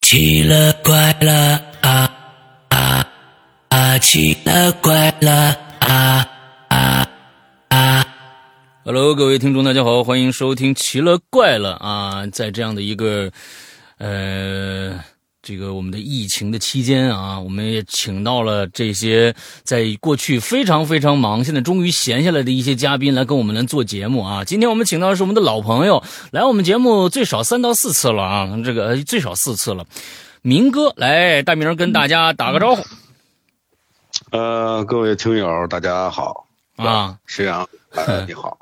奇了怪了啊啊啊！奇了怪了啊啊啊！Hello，各位听众，大家好，欢迎收听《奇了怪了》啊！在这样的一个呃，这个我们的疫情的期间啊，我们也请到了这些在过去非常非常忙，现在终于闲下来的一些嘉宾来跟我们来做节目啊。今天我们请到的是我们的老朋友，来我们节目最少三到四次了啊，这个呃最少四次了。明哥，来，大明儿跟大家打个招呼呃，各位听友，大家好，啊！石阳，呃，你好，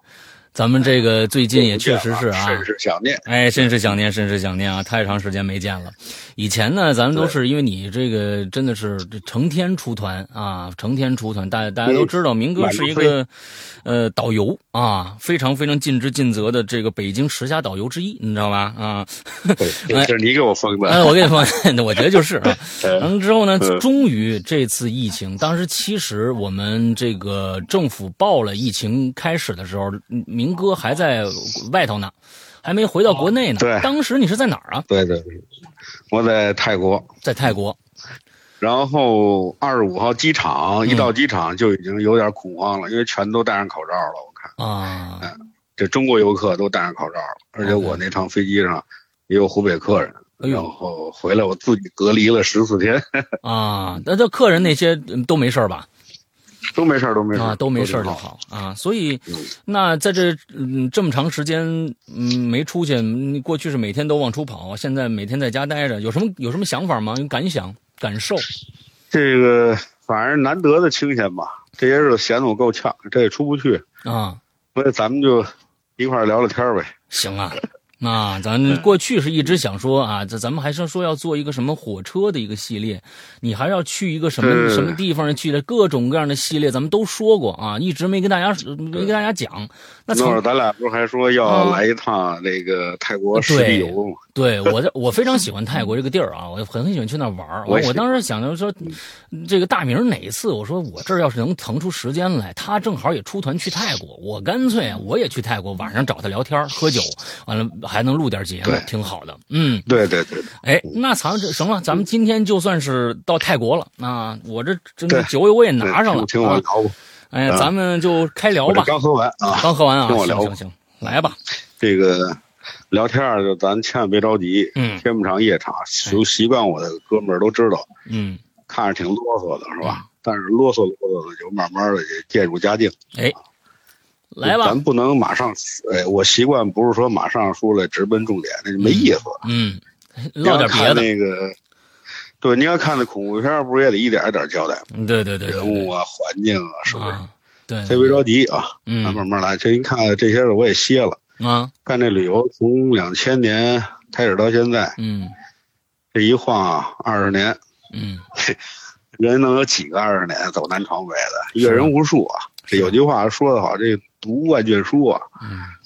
咱们这个最近 也确实是啊，甚是想念。哎，甚是想念，甚是想念啊！太长时间没见了。以前呢，咱们都是因为你这个真的是成天出团啊，成天出团。大家大家都知道，明哥是一个呃导游啊，非常非常尽职尽责的这个北京十佳导游之一，你知道吧？啊，对，这是你给我 封哎，的，我跟你说，我觉得就是 啊。呃完了之后呢，嗯终于这次疫情，当时其实我们这个政府报了疫情开始的时候，明哥还在外头呢，还没回到国内呢。哦对当时你是在哪儿啊？对对，对我在泰国，在泰国。然后二十五号机嗯场一到机场就已经有点恐慌了，因为全都戴上口罩了，我看啊，这中国游客都戴上口罩了，而且我那趟飞机上也有湖北客人，哎呦然后回来我自己隔离了十四天， 啊，那这客人那些嗯都没事儿吧？都没事儿，都没事儿啊，都没事儿就挺好啊。所以嗯，那在这嗯这么长时间嗯没出去，嗯过去是每天都往出跑，现在每天在家待着，有什么有什么想法吗？有感想感受？这个反正难得的清闲吧，这些日子闲得我够呛，这也出不去。啊，所以咱们就一块儿聊聊天儿呗。行啊。 那咱过去是一直想说啊，这咱们还是说要做一个什么火车的一个系列，你还要去一个什么是什么地方去的各种各样的系列，咱们都说过啊，一直没跟大家没跟大家讲。那那会从儿啊咱俩不是还说要来一趟那个泰国实地游吗？对我在我非常喜欢泰国这个地儿啊，我很很喜欢去那儿玩儿。我我也是嗯当时想着说，嗯这个大明儿哪一次我说我这儿要是能腾出时间来，他正好也出团去泰国，我干脆啊我也去泰国，晚上找他聊天儿喝酒，完了还能录点节目对，挺好的。嗯。对对对，哎，那咱这行了，咱嗯们今天就算是到泰国了啊！我这这对酒我也拿上了对，听我啊聊吧，哎，啊咱们就开聊我这吧。刚喝完啊。刚喝完啊，听我行聊吧行行，来吧。这个聊天儿就咱千万别着急，嗯天不长夜长，熟习惯我的哥们儿都知道，嗯，看着挺啰嗦的是吧？但是啰嗦啰嗦的就慢慢的也渐入佳境。哎，来吧咱。不能马上，哎，我习惯不是说马上出来直奔重点，那就没意思。嗯，你唠要点别看的。那个，对，你要看那恐怖片儿，不是也得一点儿一点儿交代吗？对对对对人物对，啊、环境啊，是不是？啊，对，先别着急啊，咱嗯慢慢来。这一看这些日子我也歇了，啊，干这旅游从两千年开始到现在，嗯这一晃啊，二十年，嗯，人能有几个二十年走南闯北的？阅人无数啊！这有句话说得好，这读万卷书啊，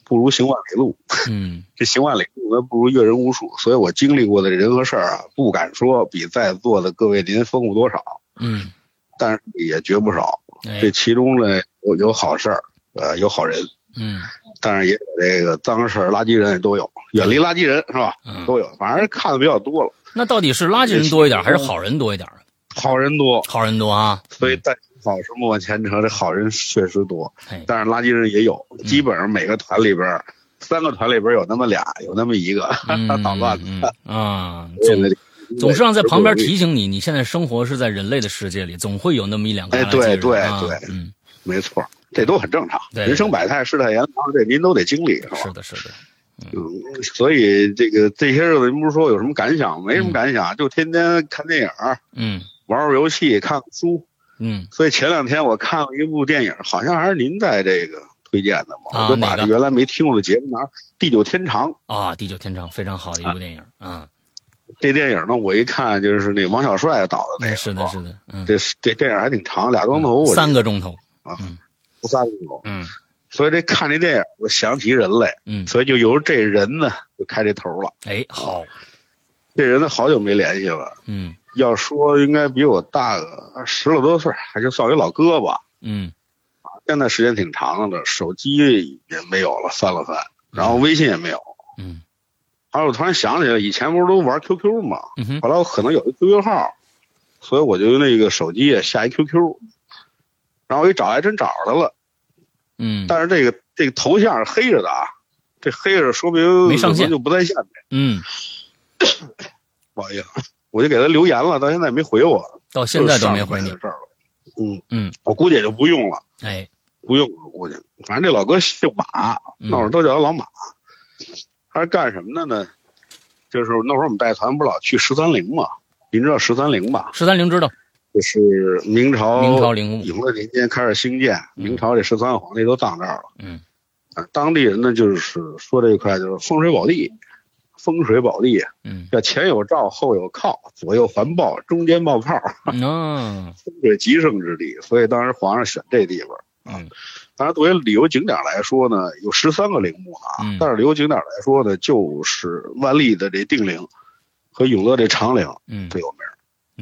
不如行万里路。嗯这行万里路，那不如阅人无数。所以我经历过的人和事儿啊，不敢说比在座的各位您丰富多少，嗯，但是也绝不少。哎这，其中呢，有有好事儿，呃，有好人，嗯但是也有这个脏事儿、垃圾人也都有，远离垃圾人是吧？嗯，都有，反正看的比较多了，那到底是垃圾人多一点，还是好人多一点？好人多，好人多啊。所以但好事莫前程，这好人确实多， 哎，但是垃圾人也有，嗯基本上每个团里边儿，三个团里边儿有那么俩，有那么一个嗯捣乱的。嗯啊，总总是让在旁边提醒你，你现在生活是在人类的世界里，总会有那么一两个哎垃圾人对对啊对嗯，没错，这都很正常，对人生百态，世态炎凉，这您都得经历，是吧？是的，是的，嗯，所以这个这些日子，您不是说有什么感想？没什么感想，就天天看电影儿、嗯玩玩游戏、看看书。嗯所以前两天我看了一部电影，好像还是您在这个推荐的嘛，啊我就把哪个这原来没听过的节目拿《地久天长》啊，《地久天长》非常好的一部电影啊，这电影呢，我一看就是那王小帅导的那个，是的，是的，嗯，哎这这电影还挺长，俩钟头，我三个钟头，三个钟头。嗯所以这看这电影，我想起人来，嗯，所以就由这人呢就开这头了。哎，好，这人呢好久没联系了。嗯要说应该比我大个十来多岁，还就算我一老哥吧。嗯现在时间挺长的了，手机也没有了，翻了翻，然后微信也没有，嗯后来我突然想起来，以前不是都玩 QQ 嘛，嗯哼，后来我可能有一 QQ 号，所以我就那个手机也下一 QQ，然后我一找还真找着了，嗯但是这个这个头像是黑着的啊，这黑着说明没上线有人就不在线呗，嗯，不好意思， 我就给他留言了，到现在也没回我，到现在都没回你就。是上面的事儿了，嗯嗯，我估计也就不用了，哎，不用了，估计，反正这老哥姓马，嗯那会儿都叫他老马。他是干什么的呢？就是那会儿我们带团不老去十三陵嘛，您知道十三陵吧？十三陵知道，就是明朝明朝陵墓。永乐年间开始兴建，嗯明朝这十三皇帝都葬这儿了。嗯啊，当地人呢就是说这一块就是风水宝地，风水宝地嗯，叫前有照后有靠，左右环抱，中间冒泡， 哦，风水极盛之地。所以当时皇上选这地方。啊嗯当然，作为旅游景点来说呢，有十三个陵墓啊。嗯但是旅游景点来说呢，就是万历的这定陵和永乐这长陵嗯最有名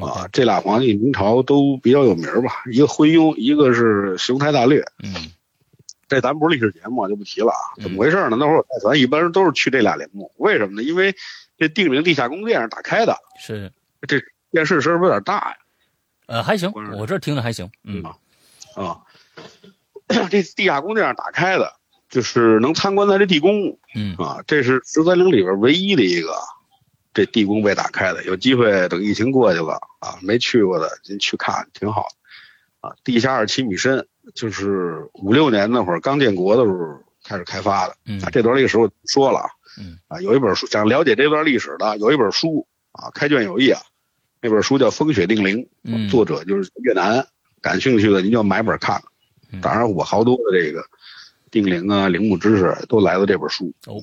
嗯儿啊。这俩皇帝明朝都比较有名儿吧，一个昏庸，一个是雄才大略。嗯这咱不是历史节目啊，就不提了啊。嗯怎么回事呢？那会儿我带团一般人都是去这俩陵墓，为什么呢？因为这定陵地下宫殿是打开的，是，电视声儿不是有点大呀？呃，还行关，着呢我这听着还行。嗯啊啊，这地下宫殿是打开的，就是能参观咱这地宫。嗯啊，这是十三陵里边唯一的一个这地宫被打开的。有机会等疫情过去了啊，没去过的您去看，挺好的啊。地下二十七米深，就是五六年那会儿刚建国的时候开始开发的嗯啊。这段历史我说了啊嗯，啊，有一本书想了解这段历史的，有一本书啊，开卷有益啊，那本书叫《风雪定陵》，嗯，作者就是越南，感兴趣的您就买本看嗯看。当然，我好多的这个定陵啊、陵墓知识都来自这本书。哦，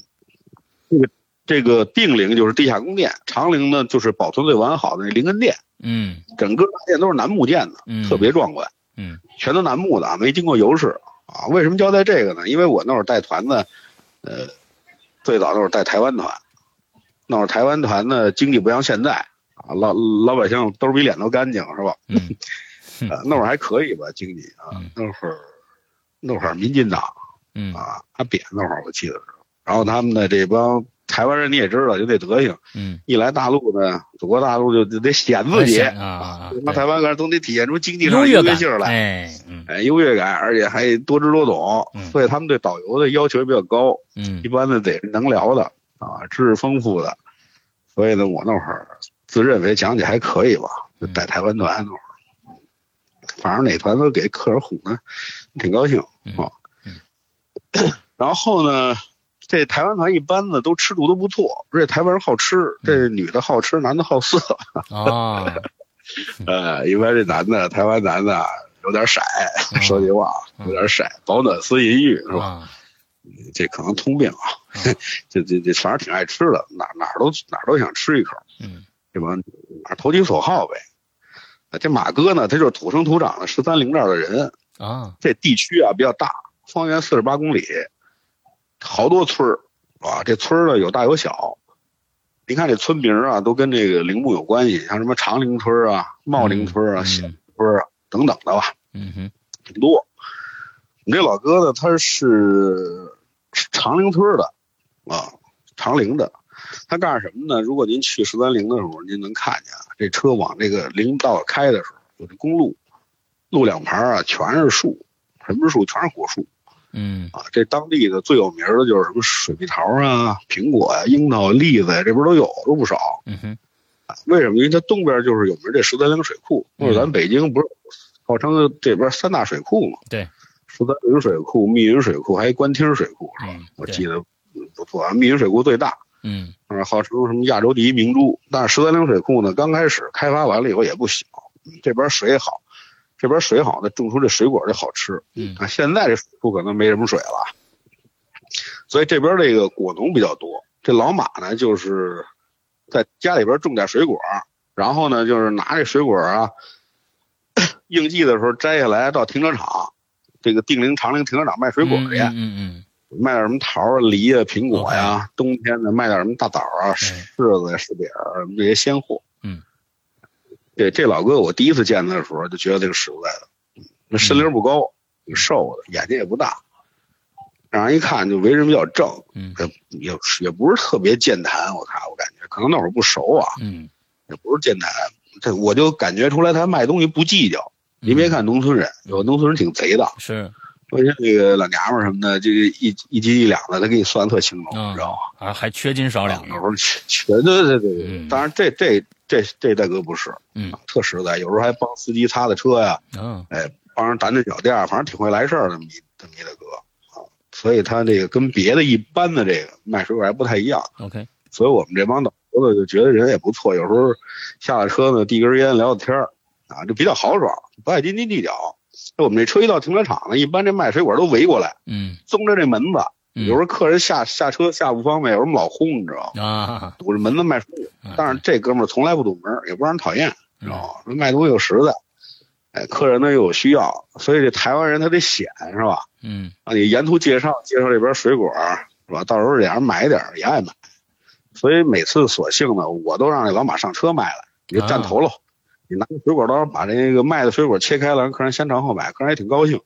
这个这个定陵就是地下宫殿，长陵呢就是保存最完好的那陵恩殿， 嗯整个大殿都是楠木建的，嗯，特别壮观，嗯全都楠木的，啊，没经过油饰啊。为什么交代这个呢？因为我那会儿带团呢，呃，最早那会儿带台湾团，那会儿台湾团呢经济不像现在啊，老老百姓兜比脸都干净是吧？嗯呃，那会儿还可以吧，经济啊嗯，那会儿那会儿民进党嗯啊，阿扁那会儿我记得是，然后他们的这帮台湾人你也知道，就这德行，嗯，一来大陆呢，祖国大陆就就得显哎自己行啊啊，那对台湾人总得体现出经济优上的越优感越性儿，来，哎，嗯哎，优越感，而且还多知多懂嗯，所以他们对导游的要求也比较高，嗯一般的得是能聊的啊，知识丰富的，所以呢，我那会儿自认为讲解还可以吧，就嗯带台湾团那会儿，反正哪团都给客人哄的挺高兴嗯啊嗯。然后呢，这台湾团一般呢都吃住都不错，这台湾人好吃，嗯这女的好吃，男的好色，啊，呃，一般这男的台湾男的啊有点色， 说句话嗯啊有点色，保暖思淫欲是吧？啊，这可能通病啊嗯， 这这这反正挺爱吃的，哪哪儿都哪儿都想吃一口，嗯这帮哪儿投其所好呗。啊这马哥呢，他就是土生土长的十三陵这儿的人，啊，这地区啊比较大，方圆四十八公里，好多村儿啊，这村儿呢有大有小。您看这村名儿啊，都跟这个陵墓有关系，像什么长陵村儿啊、茂陵村儿啊、显嗯村儿啊等等的吧。嗯哼，挺多。我们这老哥呢，他是长陵村的啊，长陵的。他干什么呢？如果您去十三陵的时候，您能看见啊，这车往这个陵道开的时候，有这公路，路两旁啊全是树，什么树？全是果树嗯啊。这当地的最有名的就是什么水蜜桃啊、苹果呀、樱桃、栗子呀，这边都有，都不少。嗯哼，为什么？因为它东边就是有名这十三陵水库，或者咱嗯北京不是号称这边三大水库嘛？对，十三陵水库、密云水库，还有官厅水库，是吧？嗯，我对记得嗯不错啊，密云水库最大，嗯啊，号称什么亚洲第一明珠。但是十三陵水库呢，刚开始开发完了以后也不小，嗯这边水好，这边水好呢，种出这水果就好吃。嗯啊，现在这水库可能没什么水了，所以这边这个果农比较多。这老马呢，就是在家里边种点水果，然后呢，就是拿这水果啊， 应季的时候摘下来到停车场，这个定陵、长陵停车场卖水果去，嗯哦嗯卖点什么桃啊、梨啊、苹果呀、冬天呢，卖点什么大枣啊、柿子呀、柿饼儿什么这些鲜货。嗯，这这老哥，我第一次见他的时候嗯就觉得这个实在的，那身龄不高，挺瘦的，眼睛也不大，让人一看就为人比较正，嗯也也不是特别健谈。我看我感觉可能那会儿不熟啊，嗯，也不是健谈。这我就感觉出来他卖东西不计较。嗯您别看农村人，有的农村人挺贼的，是关键那个老娘们儿什么的，这个一一斤一两的，他给你算得特清楚，嗯你知道吗？啊，还缺斤少两有呢时。候哦全全对对对嗯对，当然这这这这大哥不是，啊嗯，特实在，有时候还帮司机擦擦车呀，嗯哎，帮人掸掸脚垫儿，反正挺会来事儿的这么一这么一大哥啊。所以他这个跟别的一般的这个卖水果还不太一样， ，OK，所以我们这帮导游的就觉得人也不错，有时候下了车呢递根烟聊聊天儿啊，就比较豪爽，不爱斤斤计较。那我们这车一到停车场呢，一般这卖水果都围过来，嗯，争着这门子。嗯有时候客人下下车下不方便，有时候我们老轰，你知道吗？啊，堵着门子卖水果。但是这哥们儿从来不堵门儿，也不让人讨厌，知道吗？那卖东西又实在，哎，客人呢又有需要，所以这台湾人他得显是吧？嗯啊，你沿途介绍介绍这边水果是吧？到时候俩人买点儿也爱买，所以每次索性呢，我都让这老马上车卖了，你就占头喽。你拿着水果刀把这个卖的水果切开了，让客人先尝后买，客人也挺高兴。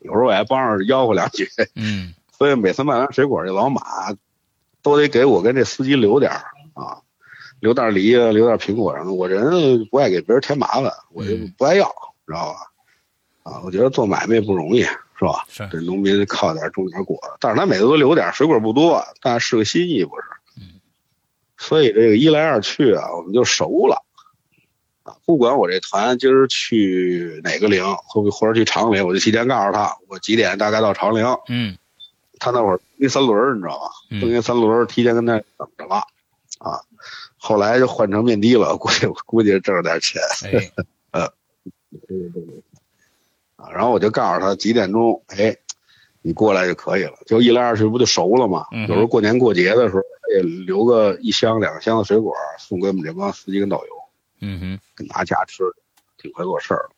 有时候我还帮着吆喝两句，嗯所以每次卖完水果，这老马都得给我跟这司机留点儿啊，留点儿梨啊，留点儿苹果什么的。我人不爱给别人添麻烦，我就不爱要，知道吧？啊，我觉得做买卖不容易，是吧？是这农民靠点儿种点儿果，但是他每次都留点儿水果不多，但是个心意不是。所以这个一来二去啊，我们就熟了。啊，不管我这团今儿去哪个陵，或或者去长陵，我就提前告诉他我几点大概到长陵，嗯他那会儿蹬一三轮儿，你知道吧？嗯蹬一三轮儿，提前跟那儿等着了，啊，后来就换成面的了，估计 估计挣着点钱哎，啊。然后我就告诉他几点钟，哎，你过来就可以了。就一来二去不就熟了嘛。嗯哼有时候过年过节的时候，他也留个一箱两箱的水果送给我们这帮司机跟导游，嗯哼，跟拿家吃，挺会做事儿。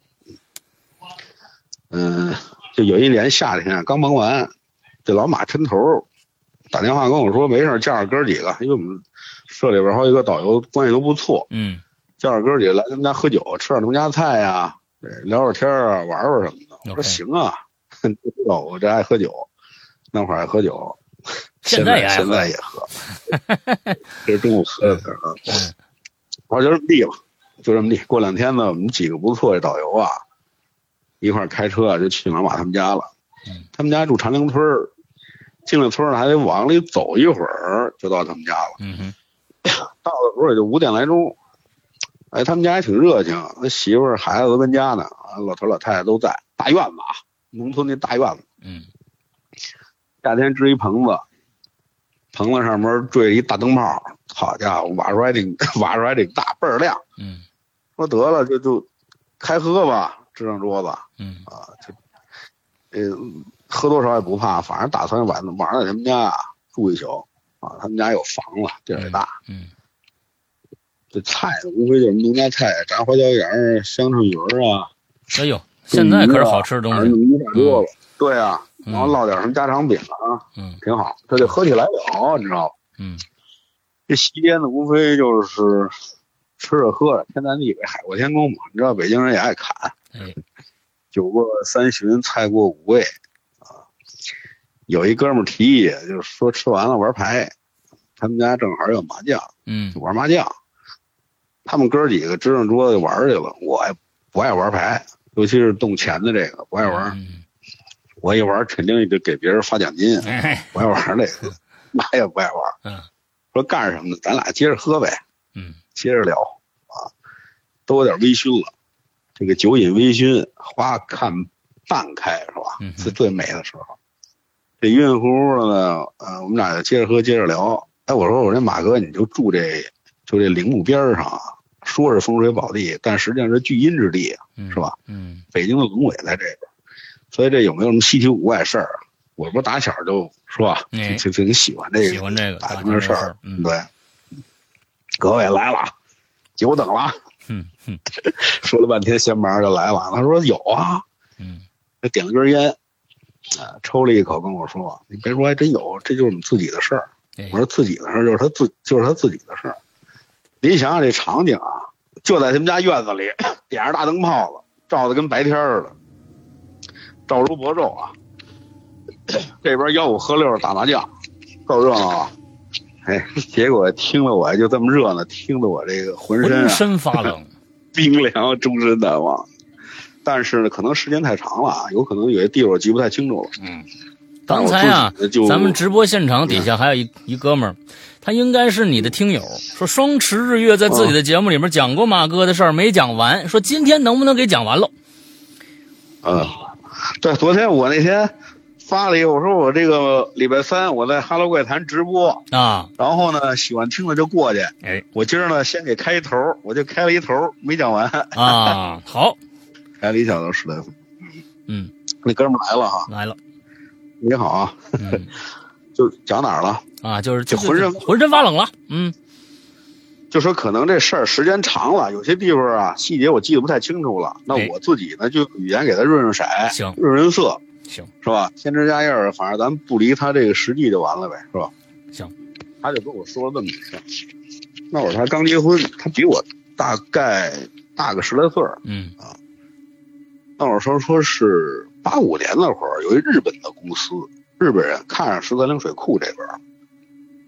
嗯，就有一年夏天啊刚忙完，这老马抻头儿打电话跟我说没事儿，叫上哥儿几个，因为我们社里边好几个导游关系都不错，嗯叫上哥儿几个来他们家喝酒，吃点他们家菜呀、对聊会儿天儿啊，玩玩什么的。我 OK 说行啊， 你知道我这爱喝酒，那会儿爱喝酒，现现在也也爱喝现在也喝，这是中午喝的啊。嗯我说就这么地吧，就这么地。过两天呢，我们几个不错这导游啊，一块儿开车啊，就去老马他们家了嗯。他们家住长陵村儿，进了村儿呢还得往里走一会儿，就到他们家了。嗯哼，到的时候也就五点来钟。哎，他们家还挺热情，那媳妇儿、孩子都跟家呢，啊，老头儿老太太都在。大院子啊，农村那大院子，嗯夏天支一棚子，棚子上面缀着一大灯泡，好家伙，瓦数还挺 瓦数还挺大，倍儿亮。嗯说得了，就就开喝吧，支上桌子嗯啊，就呃喝多少也不怕，反正打算晚晚上在他们家住一宿啊，他们家有房子，地儿也大，嗯这菜无非就是农家菜，炸花椒盐儿、香椿鱼儿啊，哎呦，现在可是好吃的东反正西，就一大桌子。对啊，嗯然后烙点什么家常饼啊，嗯挺好，这就喝起来了，你知道吧？嗯这席间呢，无非就是吃着喝着，天南地北，海阔天空嘛。你知道北京人也爱侃，哎， 酒过三巡，菜过五味，啊，有一哥们儿提议，就是说吃完了玩牌，他们家正好有麻将，嗯就玩麻将。他们哥几个支上桌子就玩去了，我也不爱玩牌，尤其是动钱的这个不爱玩。嗯，我一玩肯定就给别人发奖金，哎，不爱玩 这个，妈也不爱玩。嗯，说干什么呢？咱俩接着喝呗。嗯接着聊啊，都有点微醺了。这个酒饮微醺，花看半开是吧嗯？哼是最美的时候。这晕晕乎乎的呢，呃，我们俩就接着喝，接着聊。哎，我说我这马哥，你就住这就这陵墓边儿上啊，说是风水宝地，但实际上是聚阴之地啊，嗯，是吧？嗯北京的龙也在这边，所以这有没有什么稀奇古怪事儿？啊我不是打小就是吧，哎挺挺挺喜欢这个，喜欢这个打听听这这事儿儿，嗯对，各位来了，啊久等了，啊嗯嗯说了半天，先忙就来了。他说有啊，嗯他点了根烟，啊，抽了一口，跟我说：“你别说，还真有，这就是我们自己的事儿。”哎我说：“自己的事儿就是他自，就是他自己的事儿。”您想想这场景啊，就在他们家院子里， 点着大灯泡子，照的跟白天似的，照如薄昼啊。 这边吆五喝六打麻将，够热闹啊！哎，结果听了我就这么热闹，听得我这个浑身浑啊身发冷。冰凉，终身难忘。但是呢，可能时间太长了啊，有可能有些地方我记不太清楚了。嗯，但刚我才啊自己呢就咱们直播现场底下还有一、一哥们儿，他应该是你的听友，说双池日月在自己的节目里面讲过马哥的事儿，没讲完，说今天能不能给讲完喽？嗯，对，昨天我那天发了一个，我说我这个礼拜三我在《哈喽怪谈》直播，啊，然后呢喜欢听的就过去。哎我今儿呢先给开一头，我就开了一头，没讲完，啊，好，开了一小头十来分。嗯，那哥们儿来了哈，来了，你好啊，嗯就讲哪儿了？啊，就是就浑身浑身发冷了，嗯就说可能这事儿时间长了，有些地方啊细节我记得不太清楚了。那哎我自己呢就语言给它润润色，行润润色，行，是吧？添枝加叶儿，反正咱们不离它这个实际就完了呗，是吧？行，他就跟我说了这么一事儿。那会儿他刚结婚，他比我大概大个十来岁儿。嗯那会儿说说是八五年那会儿，有一日本的公司，日本人看上十三陵水库这边儿，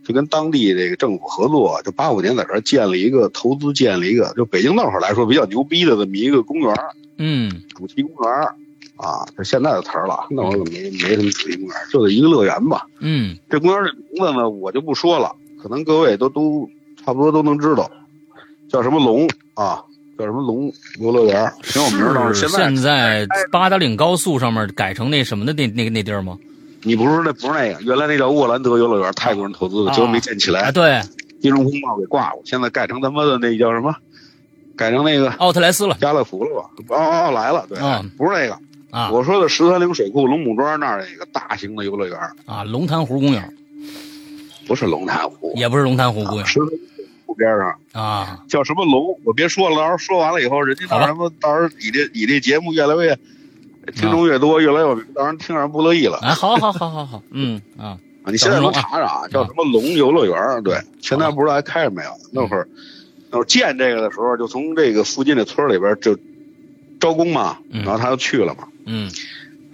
就跟当地这个政府合作，就八五年在这儿建了一个投资，建了一个就北京那会儿来说比较牛逼的这么一个公园儿，嗯主题公园儿啊，这现在的词儿了，那会儿没没什么主题公园儿，就得一个乐园吧。嗯这公园这名字呢，我就不说了，可能各位都都差不多都能知道，叫什么龙啊，叫什么龙游乐园，挺有名儿的。是现在现在八达岭高速上面改成那什么的那那个那地儿吗？你不是那不是那个，原来那叫沃兰德游乐园，泰国人投资的，啊结果没建起啊，来，对，金融风暴给挂了，现在改成他妈的那叫什么？改成那个奥特莱斯了家乐福了吧？哦哦哦，来了，对，啊不是那个，啊我说的十三陵水库龙母庄那儿那个大型的游乐园，啊，龙潭湖公园不是龙潭湖，也不是龙潭湖公园十三陵水库边上。啊，叫什么龙，我别说了，到时候说完了以后，人家好吧到啊什么，到时候你这你这节目越来越听众越多，越来越有名到时候听着人不乐意了。哎，好好好好好，嗯啊，你现在能查查啊，叫什么龙游乐园？对，现在不知道还开着没有。那会儿那会儿建这个的时候，就从这个附近的村里边就招工嘛，嗯然后他就去了嘛。嗯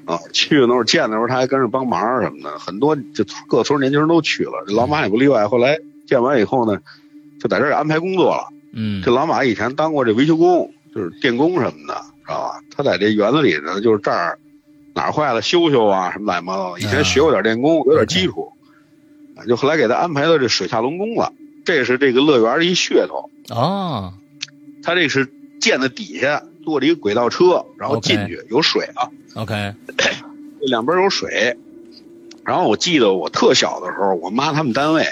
啊，去那会儿建的时候，他还跟着帮忙什么的，很多就各村年轻人都去了，这老马也不例外。后来建完以后呢，就在这儿也安排工作了。嗯这老马以前当过这维修工，就是电工什么的，知道吧？他在这园子里呢，就是这儿哪儿坏了修修啊，什么乱七八糟的。以前学过点电工，有点基础，啊就后来给他安排到这水下龙宫了。这是这个乐园的一噱头，哦，他这是建的底下做了一个轨道车，然后进去有水啊， OK，这两边有水。然后我记得我特小的时候，我妈他们单位，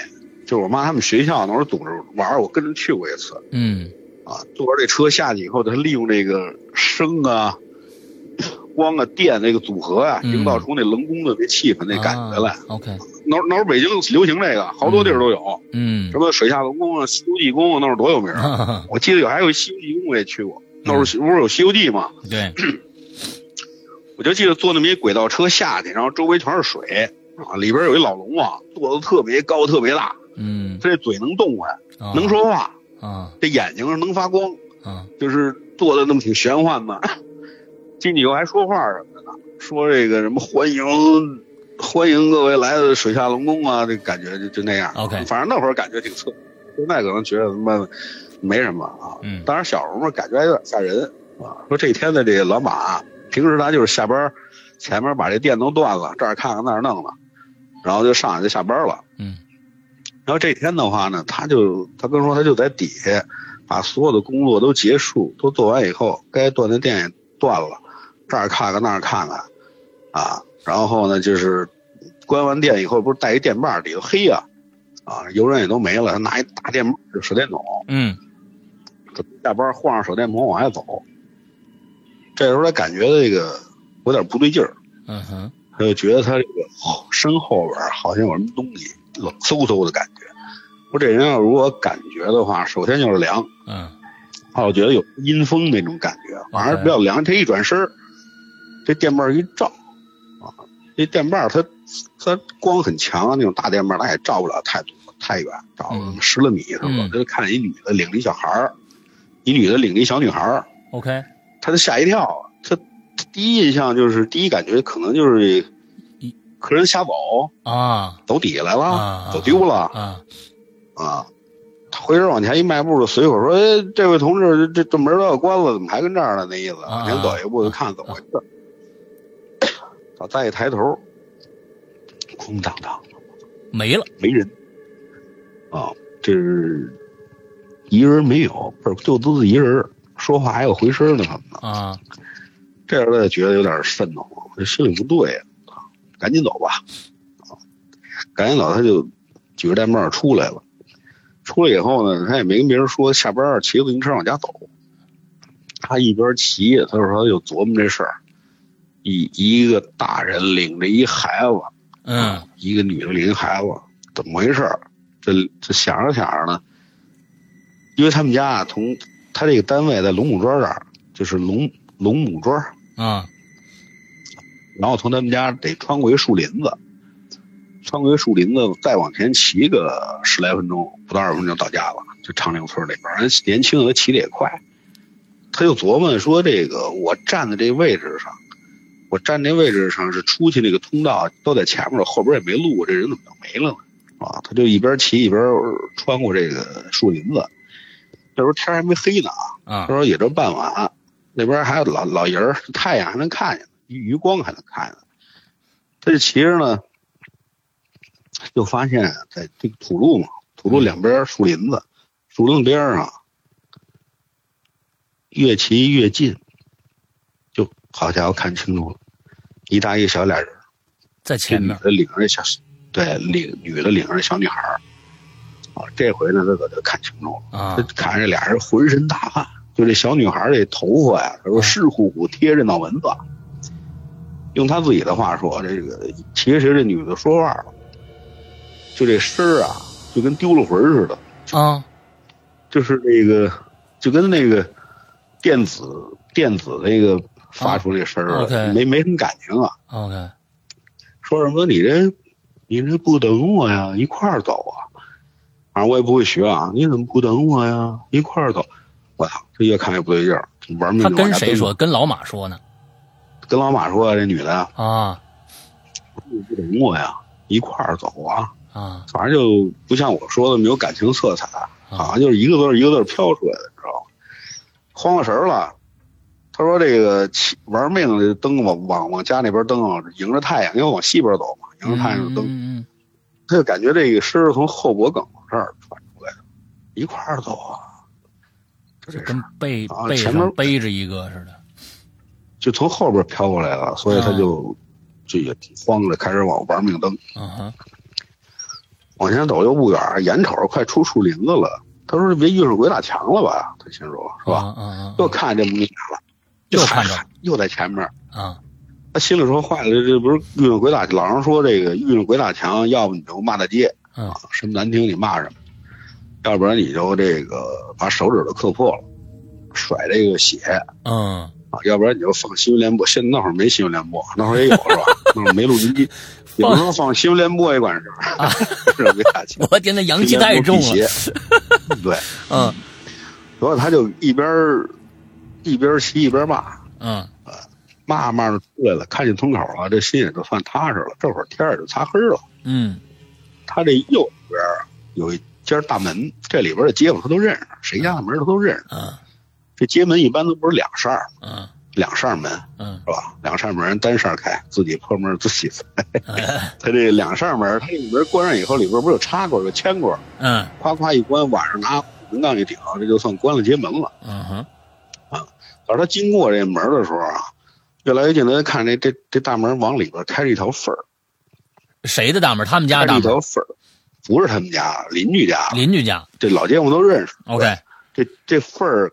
就是我妈他们学校那会儿组织玩儿，我跟着去过一次。嗯啊，坐着这车下去以后，它利用这个声啊、光啊、电这个组合啊，嗯营造出那龙宫的那气氛、那感觉来啊。OK，那会儿那会儿北京流行这个，好多地儿都有，嗯什么水下龙宫啊、西游记宫啊，那会儿多有名儿。哈哈我记得有还有西游记宫，我也去过。那会嗯儿不是有西游记吗？对，我就记得坐那么一轨道车下去，然后周围全是水啊，里边有一老龙王，坐的特别高、特别大，嗯，他这嘴能动唤，啊能说话，啊这眼睛能发光。啊就是做的那么挺玄幻嘛。 进去以后还说话什么的呢，说这个什么欢迎欢迎各位来的水下龙宫啊，这感觉就就那样。 OK 反正那会儿感觉挺次，现在可能觉得他妈没什么啊。嗯当然小时候嘛，感觉还有点吓人啊。说这天的这个老马啊，平时他就是下班儿前面把这电都断了，这儿看看那儿弄了，然后就上去就下班了。嗯然后这天的话呢，他就他跟我说他就在底下把所有的工作都结束，都做完以后，该断的电也断了，这儿看看那儿看看，啊，然后呢就是关完电以后，不是带一电棒，里头黑呀、啊，油人也都没了，他拿一大电棒手电筒，嗯准备下班晃着手电筒往外走。这时候他感觉这个有点不对劲儿，嗯哼他就觉得他这个后身后边儿好像有什么东西冷飕飕的感觉。我这人要如果感觉的话，首先就是凉，嗯啊，我觉得有阴风那种感觉，反正比较凉。他一转身儿，这电棒一照，啊，这电棒它它光很强，啊那种大电棒它也照不了太多太远，照嗯了十来米是吧？嗯他就看见一女的领着一小孩儿，一女的领着一小女孩儿， ，OK，他就吓一跳。他他第一印象就是第一感觉可能就是一客人瞎走，啊走底下来了，啊走丢了啊啊。他回身往前一迈步，就随口说：“哎，这位同志，这这门都要关了，怎么还跟这儿呢？”那意思，啊往前走一步就看怎么回事。他再一抬头，空荡荡，没了没人啊，这是一人没有，不是就都是一人，说话还有回声呢什么的。啊这样他觉得有点瘆得慌，这心里不对啊，赶紧走吧，啊，赶紧走，他就举着带帽出来了。出来以后呢，他也没跟别人说，下班儿骑自行车往家走。他一边骑，他就说他就琢磨这事儿，一一个大人领着一孩子，嗯一个女的领一孩子，怎么回事儿？这这想着想着呢，因为他们家啊，从他这个单位在龙母庄这儿，就是龙龙母庄，啊然后从他们家得穿过一树林子，穿过一树林子，再往前骑个十来分钟，不到二十分钟到家了，就长岭村里边儿。人年轻的骑得也快，他就琢磨说：“这个我站在这位置上，我站这位置上是出去那个通道都在前面了，后边也没路，我这人怎么就没了呢？”啊，他就一边骑一边穿过这个树林子。那时候天还没黑呢，啊他说也就傍晚，那边还有老老爷儿，太阳还能看见，余余光还能看见。他这骑着呢，就发现在这个土路嘛，土路两边树林子，树林边上越骑越近，就好家伙看清楚了，一大一小俩人，在前面这女的领着小，对，领女的领着小女孩儿啊，这回呢，他可就看清楚了。啊他看这俩人浑身大汗，就这小女孩这头发呀，他嗯说湿乎乎贴着脑门子。用他自己的话说，这个其实这女的说话了，就这声儿啊，就跟丢了魂儿似的，啊就是那个，就跟那个电子电子那个发出这声儿、啊，OK 没没什么感情啊。 OK 说什么你这你这不等我呀，一块儿走啊！反正我也不会学啊，你怎么不等我呀？一块儿走！我操，这越看越不对劲儿，玩命他地往跟家谁蹬说？？跟老马说呢跟老马说、啊，这女的啊你不等我呀，一块儿走啊！啊反正就不像我说的没有感情色彩，好啊像就是一个字儿一个字儿飘出来的，你知道吗？慌了神儿了。他说：“这个骑玩命的蹬往往往家那边蹬啊，迎着太阳，因为往西边走嘛，迎着太阳就蹬。嗯他就感觉这个诗是从后脖梗子这儿传出来的，一块儿走啊，就嗯，这事跟儿背啊背前上面背着一个似的就从后边飘过来了，所以他就、就也挺慌了，开始往玩命蹬，嗯哼往前走又不远，眼瞅着快出树林子了，他说别遇上鬼打墙了吧？他心说是吧？啊啊又看这母女俩了，又看着又在前面，啊他心里说坏了，这不是遇上鬼打老人说这个遇上鬼打墙，要不你就骂大街，嗯啊，什么难听你骂什么，要不然你就这个把手指头磕破了，甩这个血嗯啊，要不然你就放新闻联播。现在那会儿没新闻联播，那会儿也有是吧？那会儿没录音机，也不是说放新闻联播也管事儿，是吧没打钱，我天，那阳气太重新闻联了。播辟邪。对，嗯然后他就一边儿一边儿骑一边儿骂，嗯骂着骂着出来了，看见村口了，这心也就算踏实了。这会儿天儿也就擦黑了。嗯他这右边儿有一间大门，这里边的街坊他都认识，谁家的门他都认识。嗯这街门一般都不是两扇儿，嗯两扇门是嗯吧？两扇门单扇开，自己破门自己塞。他这两扇门，他这门关上以后，里边不是有插管有牵管，嗯夸夸一关，晚上拿门杠一顶，这就算关了街门了。嗯哼可是他经过这门的时候啊，越来越近，他就看这这这大门往里边开着一条缝儿，谁的大门？他们家开的大着一门，条缝儿，不是他们家，邻居家，邻居家。这老街坊都认识。 OK，这这缝儿，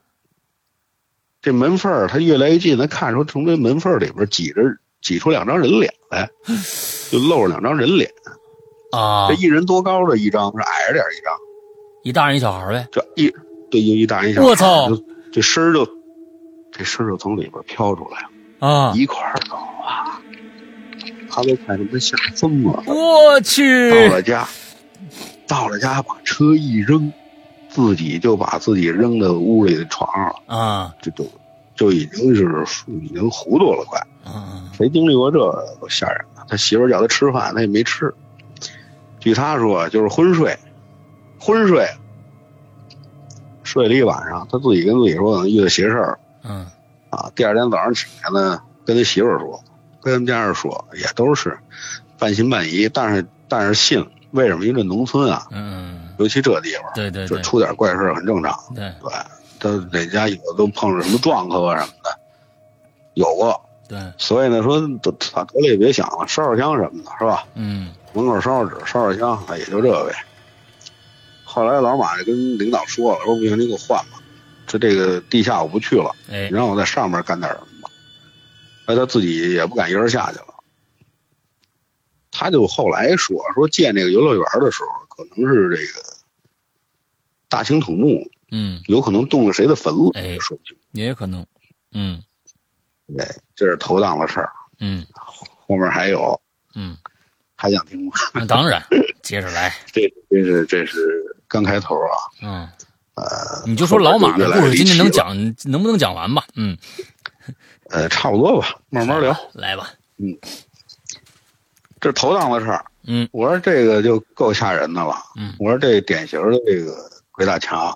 这门缝儿，它越来越近，能看出从这门缝儿里边挤着挤出两张人脸来，就露着两张人脸。啊这，一人多高的一张，是矮着点儿一张，一大人一小孩呗。这一对就一大一小。我操！这声儿就这声儿就从里边飘出来了，啊，一块儿走啊！他都快他妈吓疯了。我去，到了家，到了家把车一扔，自己就把自己扔到屋里的床上了。啊这都就已经是已经糊涂了，快。啊谁经历过这都吓人了。他媳妇儿叫他吃饭，他也没吃。据他说，就是昏睡，昏睡，睡了一晚上。他自己跟自己说，可能遇到邪事儿了嗯啊。第二天早上起来呢，跟他媳妇儿说，跟他们家人说，也都是半信半疑，但是但是信。为什么？因为这农村啊，嗯，尤其这地方，对对就对出点怪事儿很正常。对对，他哪家有的都碰上什么撞客啊什么的，有过。对，所所以呢，说得操得了也别想了，烧烧香什么的，是吧？嗯门口烧烧纸，烧烧香，哎也就这呗。后来老马就跟领导说了，说不行，你给我换吧，这这个地下我不去了，哎你让我在上面干点什么吧。哎，他自己也不敢一人下去了。他就后来说，说建这个游乐园的时候，可能是这个大兴土木，嗯，有可能动了谁的坟了，哎说不清，也可能，嗯这是头档的事儿，嗯后面还有，嗯，还想听吗？那当然，接着来，这这是这是刚开头啊，嗯。呃，你就说老马的故事，今天能越来讲能不能讲完吧？嗯，呃，差不多吧，慢慢聊。来吧。这是头档的事儿，嗯我说这个就够吓人的了。嗯我说这典型的这个鬼打墙。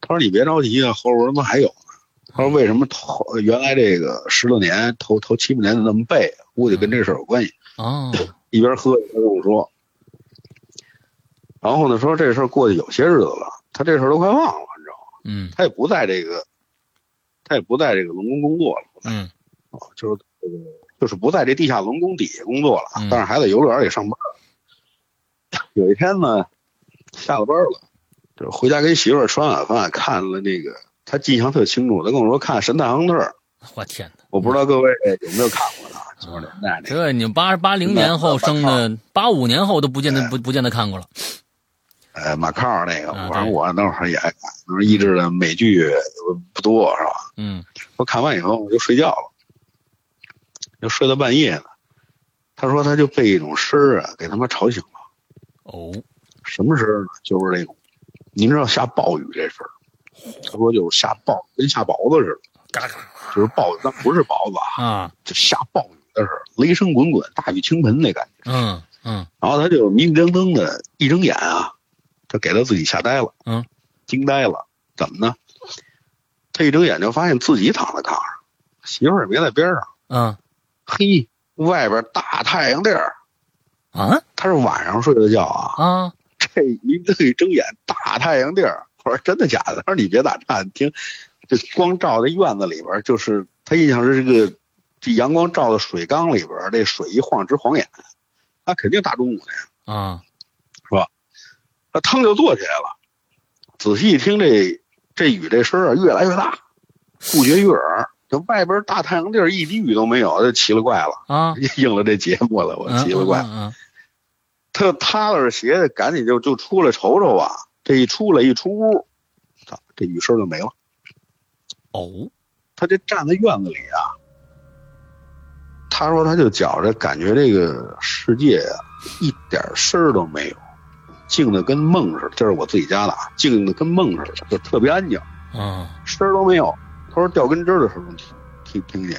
他说你别着急啊，后边他妈还有呢。他说为什么头原来这个十六年头头七八年的那么背，估计跟这事儿有关系。哦，一边喝一边跟我说，然后呢说这事儿过去有些日子了，他这事儿都快忘了，你知道吗？嗯他也不在这个，他也不在这个龙宫工作了。嗯啊，就是这个就是不在这地下龙宫底下工作了啊嗯，但是还在游乐园里上班。有一天呢，下了班了，就是回家跟媳妇儿吃完晚饭，看了那个，他印象特清楚，他跟我说看《神探亨特》，我天哪，我不知道各位有没有看过呢？九十年代那个，这你八八零年后生的，八五年后都不哎见得不不见得看过了。呃，马靠儿那个，啊反正对我那会儿也爱看，那是译制的美剧不多是吧？嗯我看完以后我就睡觉了，就睡到半夜呢。他说他就被一种声儿啊给他妈吵醒了。哦，什么时候呢？就是那种，您知道下暴雨这事儿，他说就是下暴，跟下雹子似的，嘎嘎就是暴，但不是雹子啊，啊，就下暴雨的时候，雷声滚滚，大雨倾盆那感觉。嗯嗯然后他就迷迷瞪瞪的，一睁眼啊，他给他自己吓呆了，嗯，惊呆了。怎么呢？他一睁眼就发现自己躺在炕上，媳妇儿也没在边上。嗯嘿，外边大太阳地儿，啊他是晚上睡的觉啊，啊这一这一睁眼，大太阳地儿。我说真的假的？他说你别打岔，你听，这光照在院子里边儿，就是他印象是这个，这阳光照到水缸里边儿，这水一晃直晃眼，那肯定大中午的呀。啊那腾就坐起来了，仔细一听这这雨这声儿啊越来越大，不绝于耳。这外边大太阳地儿一滴雨都没有，就奇了怪了， 啊！应了这节目哎了，我奇了怪了。嗯他就踏了鞋子，赶紧就就出来瞅瞅啊。这一出来一出屋，操，这雨声就没了。哦，他这站在院子里啊，他说他就觉着感觉这个世界啊一点声儿都没有，静的跟梦似的。这是我自己家的啊，静的跟梦似的，就特别安静，嗯声儿都没有。他说掉根针儿的时候能听听听见。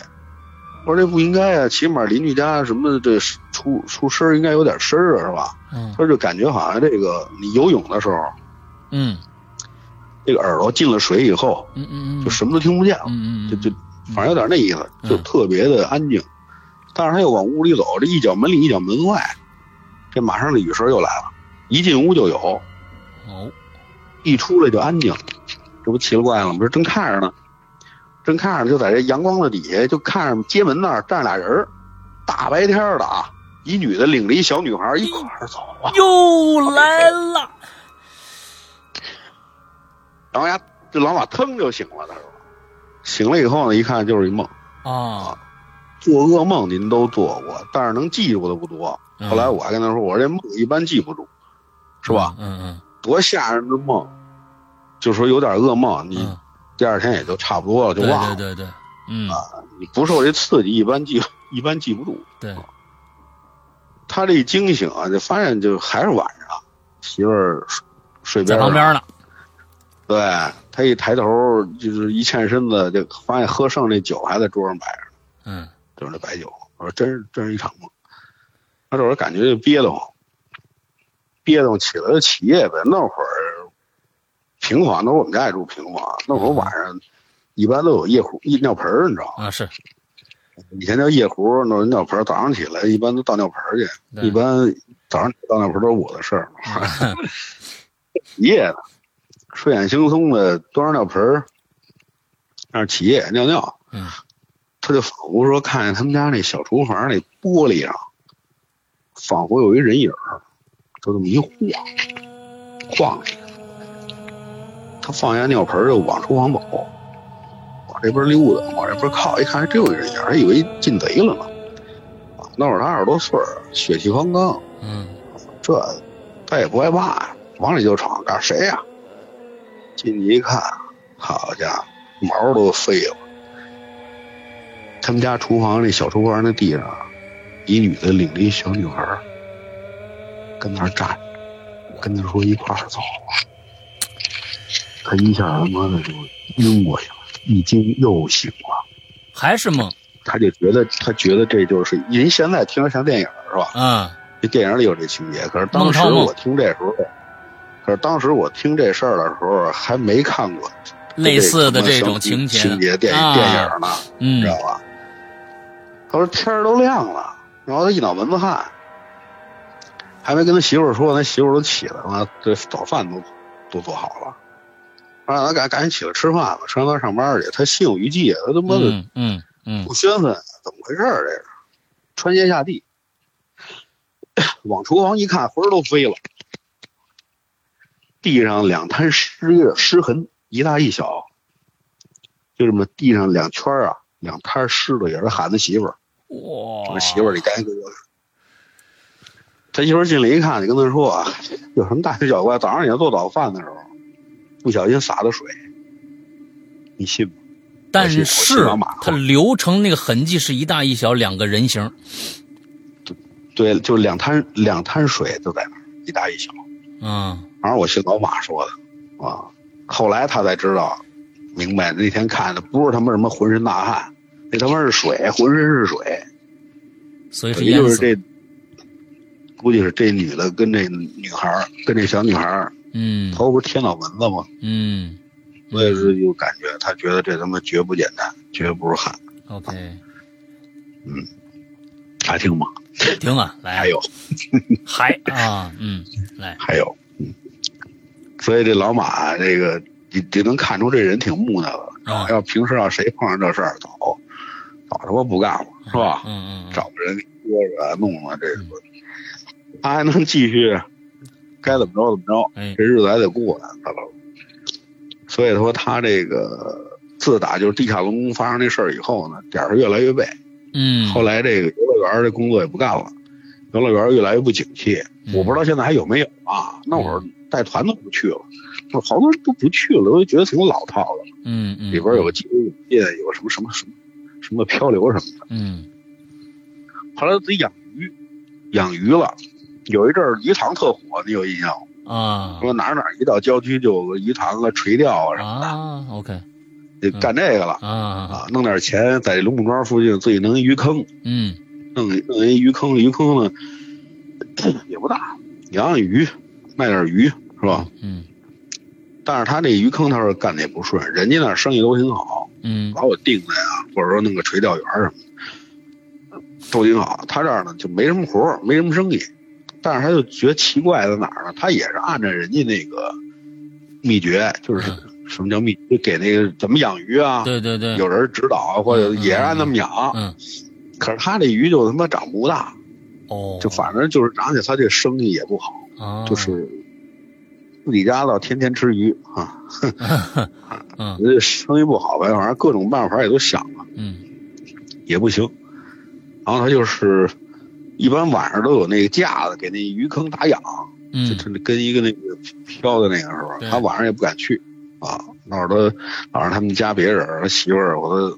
我说这不应该啊，起码邻居家什么这出出声儿应该有点声儿啊，是吧？嗯他就感觉好像这个你游泳的时候，嗯这个耳朵进了水以后，嗯嗯，就什么都听不见了，嗯嗯，就就反正有点那意思，嗯就特别的安静。但是他又往屋里走，这一脚门里一脚门外，这马上这雨声又来了，一进屋就有，哦一出来就安静，这不奇了怪了吗？这正看着呢，正看着就在这阳光的底下，就看着街门那儿站着俩人儿大白天儿的啊，一女的领着一小女孩儿一块儿走啊。又来了，然后呀，这老马腾就醒了，他说，醒了以后呢，一看就是一梦，啊！做噩梦您都做过，但是能记住的不多。嗯后来我还跟他说，我说这梦一般记不住，是吧？？嗯嗯，多吓人的梦，就说有点噩梦，你啊第二天也就差不多了，就对忘了。嗯对对对，嗯你不受这刺激，一般记 一般记不住。对，他这一惊醒啊，就发现就还是晚上，媳妇儿睡睡在边旁上，边呢。对他一抬头就是一欠身子，就发现喝剩那酒还在桌上摆着，嗯就是那白酒。我说真是真是一场梦。那时候感觉就憋得慌，憋得慌起来就起夜呗。那会儿平房，那会儿我们家也住平房，那会儿晚上一般都有夜壶、夜尿盆儿，你知道吗？啊是，以前叫夜壶，那尿盆儿，早上起来一般都倒尿盆儿去。对一般早上到那不都是我的事儿吗？嗯起夜呢，睡眼惺忪的端着尿盆儿，那儿起夜尿尿。嗯，他就仿佛说看见他们家那小厨房那玻璃上，仿佛有一人影儿，就这么一晃晃去。他放下尿盆儿就往厨房走，往这边溜达，往这边靠，一看还真有一人影儿，还以为进贼了呢。啊那会儿他二十多岁儿，血气方刚，嗯这他也不害怕呀，往里就闯，干谁呀、进去一看，好家伙，毛都飞了。他们家厨房那小厨房那地上，一女的领着一小女孩儿，跟那儿站着，跟他说一块儿走吧。他一下他妈的就晕过去了，一惊又醒了。还是梦他就觉得，他觉得这就是您现在听着像电影儿是吧？啊这电影里有这情节，可是当时孟涛吗我听这时候，可是当时我听这事儿的时候还没看过类似的这这个种情节情节电啊电影呢，嗯知道吧？他说天儿都亮了，然后他一脑门子汗，还没跟他媳妇儿说，他媳妇儿都起来了，这早饭都都做好了，让他赶赶紧起来吃饭吧，吃完饭上班去。他心有余悸，啊他他妈的嗯嗯嗯不宣愤，怎么回事儿？这是穿鞋下地，往厨房一看，魂儿都飞了。地上两滩尸印尸痕，一大一小，就这么地上两圈儿啊，两滩湿的，也是喊他媳妇儿，哇我媳妇儿，你赶紧给我。他媳妇儿进来一看，就跟他说啊，有什么大惊小怪？早上你要做早饭的时候，不小心洒的水，你信吗？但我媳妇是我媳妇马它流成那个痕迹是一大一小两个人形，对，就两滩两滩水就在那儿，一大一小。嗯反正我信老马说的啊。后来他才知道，明白那天看的不是他妈什么浑身大汗，那他妈是水，浑身是水。所以等是于淹就是死，这，估计是这女的跟这女孩儿跟这小女孩儿嗯头不是贴脑门子吗？嗯所以说有感觉，他觉得这他妈绝不简单，绝不是汗， ，OK，还听吗？停啊，来啊还有还啊，嗯，来，还有，嗯，所以这老马这个你你能看出这人挺木讷的，啊要平时要谁碰上这事儿，早早他妈不干了，是吧？嗯嗯，找个人说说啊弄了这个，他还能继续，该怎么着怎么着，哎这日子还得过呢，大佬。所以说他这个自打就是地下龙宫发生这事儿以后呢，点儿越来越背。嗯，后来这个游乐园的工作也不干了，游乐园越来越不景气，嗯我不知道现在还有没有啊。那会儿带团都不去了，我好多人都不去了，我就觉得挺老套了。嗯嗯，里边有个金融影业，有个什么什么什么什么漂流什么的。嗯后来自己养鱼，养鱼了。有一阵儿鱼塘特火，你有印象吗？啊说哪儿哪儿一到郊区就有个鱼塘啊、垂钓啊什么啊，OK 的，就干这个了啊，啊，弄点钱在龙木庄附近自己弄一鱼坑，嗯弄弄一鱼坑，鱼坑呢 也不大，养养鱼，卖点鱼是吧？嗯但是他这鱼坑他说干的也不顺，人家那儿生意都挺好，嗯把我定的呀，或者说弄个垂钓园什么的都挺好。他这儿呢就没什么活儿，没什么生意，但是他就觉得奇怪在哪儿呢？他也是按照人家那个秘诀，就是什么叫秘，就给那个怎么养鱼啊，嗯对对对，有人指导啊，或者嗯嗯也是按那么养。嗯可是他这鱼就他妈长不大。哦，就反正就是，而且他这生意也不好，啊，就是自己家倒天天吃鱼啊，嗯这生意不好呗，反正各种办法也都想了，嗯也不行。然后他就是一般晚上都有那个架子给那鱼坑打氧，就嗯是跟一个那个飘的那个时候，对他晚上也不敢去啊，那会儿他晚上他们家别人儿，他媳妇儿我他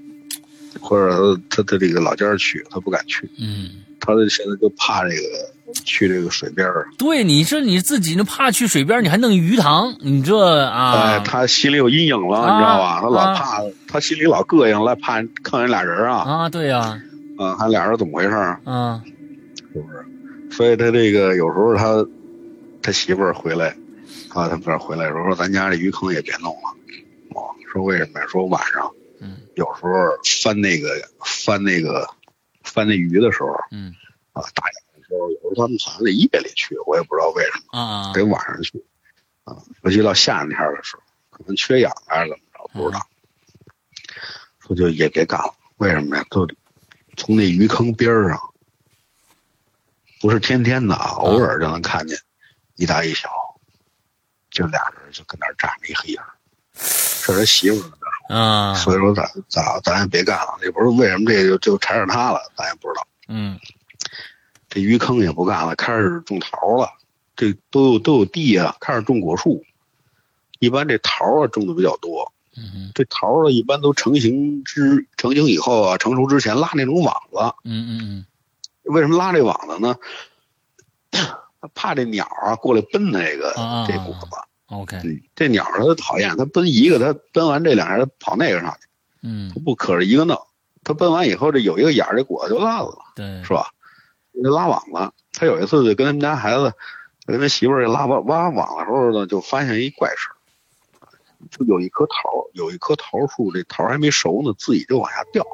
或者他他这个老家儿去，他不敢去。嗯他现在就怕这个去这个水边儿。对，你说你自己那怕去水边，你还弄鱼塘，你这哎，啊他心里有阴影了，啊你知道吧？他啊老怕，他心里老膈应了，怕看人俩人啊，啊，对呀，嗯，看俩人怎么回事儿？啊是不是？所以他这个有时候他他媳妇儿回来，啊，他们俩回来的时候说咱家这鱼坑也别弄了，哦，说为什么呀？说晚上，嗯，有时候翻那个翻那个翻那鱼的时候嗯啊，打眼的时候，有时候他们好像得夜里去，我也不知道为什么啊啊得晚上去，啊，尤其到夏天的时候，可能缺氧还是怎么着，不知道，说就也别干了，为什么呀？就从那鱼坑边儿上，不是天天的啊，偶尔就能看见一大一小，就俩人就跟那儿站着一黑影儿。这是他媳妇儿呢，啊，所以说咱咱咱也别干了，也不是为什么这就就缠上他了，咱也不知道。嗯这鱼坑也不干了，开始种桃了，这都有都有地啊，开始种果树。一般这桃啊种的比较多，嗯这桃啊一般都成型之成型以后啊，成熟之前拉那种网子。嗯嗯为什么拉这网子呢？怕这鸟啊过来奔那个、啊这果子。嗯，OK，嗯这鸟它都讨厌，它奔一个，它奔完这两下它跑那个上去，嗯它不可着一个弄。它奔完以后，这有一个眼儿，这果子就烂了。对，是吧？那拉网了。他有一次就跟他们家孩子，跟他媳妇儿拉网挖网的时候呢，就发现一怪事儿，就有一棵桃，有一棵桃树，这桃还没熟呢，自己就往下掉，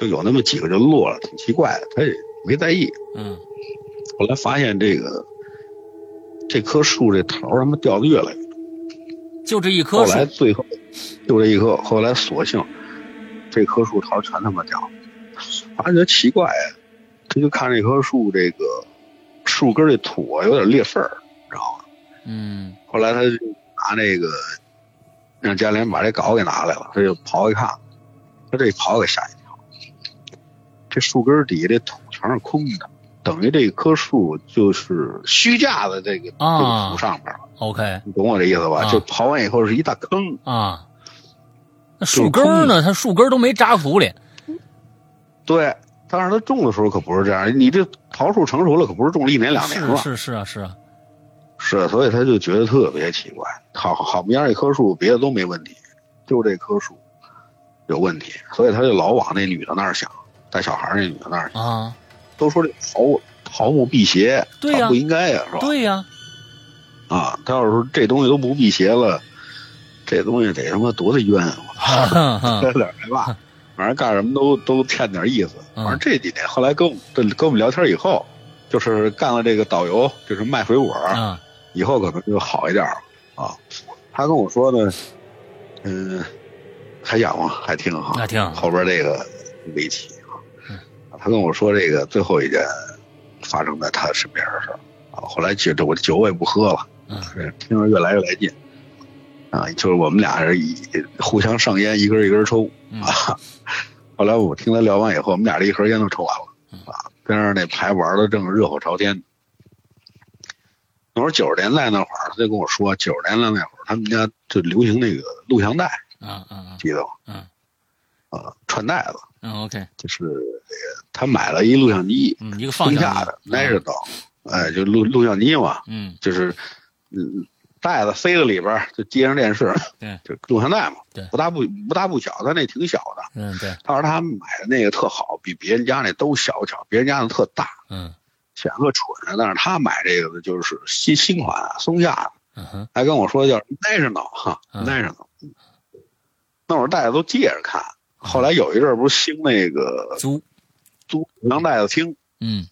就有那么几个就落了，挺奇怪的。他也没在意。嗯后来发现这个这棵树这桃他妈掉的越来越，就这一棵后树来最后就这一棵，后来索性这棵树桃全他妈掉了。反正觉得奇怪，啊他就看这棵树这个树根儿这土啊有点裂缝儿，你知道吗？嗯后来他就拿那个让家里人把这镐给拿来了，他就刨一看，他这一刨给吓一跳，这树根儿底下这土全是空的，等于这棵树就是虚架在这个、这个啊土上面了， ，OK 你懂我这意思吧？啊就刨完以后是一大坑，啊，那树根儿呢？它树根儿都没扎土里，对。但是他种的时候可不是这样，你这桃树成熟了可不是种了一年两年是了，是是啊是啊，是，所以他就觉得特别奇怪。好好不样一棵树，别的都没问题，就这棵树有问题，所以他就老往那女的那儿想，带小孩儿那女的那儿想。啊，都说这桃桃木辟邪，对呀它不应该呀、是吧？对呀，啊，他要是说这东西都不辟邪了，这东西得他妈多大冤啊！我操， 哈哈有点害怕。反正干什么都都欠点意思。嗯反正这几年后来跟我们跟跟我们聊天以后，就是干了这个导游，就是卖水果 儿。啊以后可能就好一点了啊。他跟我说呢，嗯、还养吗？还挺好，那挺好后边这个离奇啊嗯。他跟我说这个最后一件发生在他身边的事儿啊。后来酒我酒我也不喝了，嗯听着越来越来劲啊，就是我们俩人一互相上烟，一根一根抽嗯啊。后来我听他聊完以后，我们俩这一盒烟都抽完嗯了啊，边上那牌玩的正热火朝天那会儿九十年代那会儿，他就跟我说，九十年代那会儿他们家就流行那个录像带，啊啊记得吗？嗯。啊，串带子嗯，OK，就是呃他买了一录像机，嗯，一个放松下下的 National，哎，就录录像机嘛，嗯就是嗯，带子塞到里边儿就接上电视，对，就录像带嘛，对不大不不大不小，他那挺小的。嗯对，他说他们买的那个特好，比别人家那都小巧，别人家那特大，嗯显得特蠢。但是他买这个的就是新新款啊松下的。嗯哼还跟我说叫 national 哈、嗯 national，那会儿大家都借着看。后来有一阵儿不是兴那个嗯租，租能带子听嗯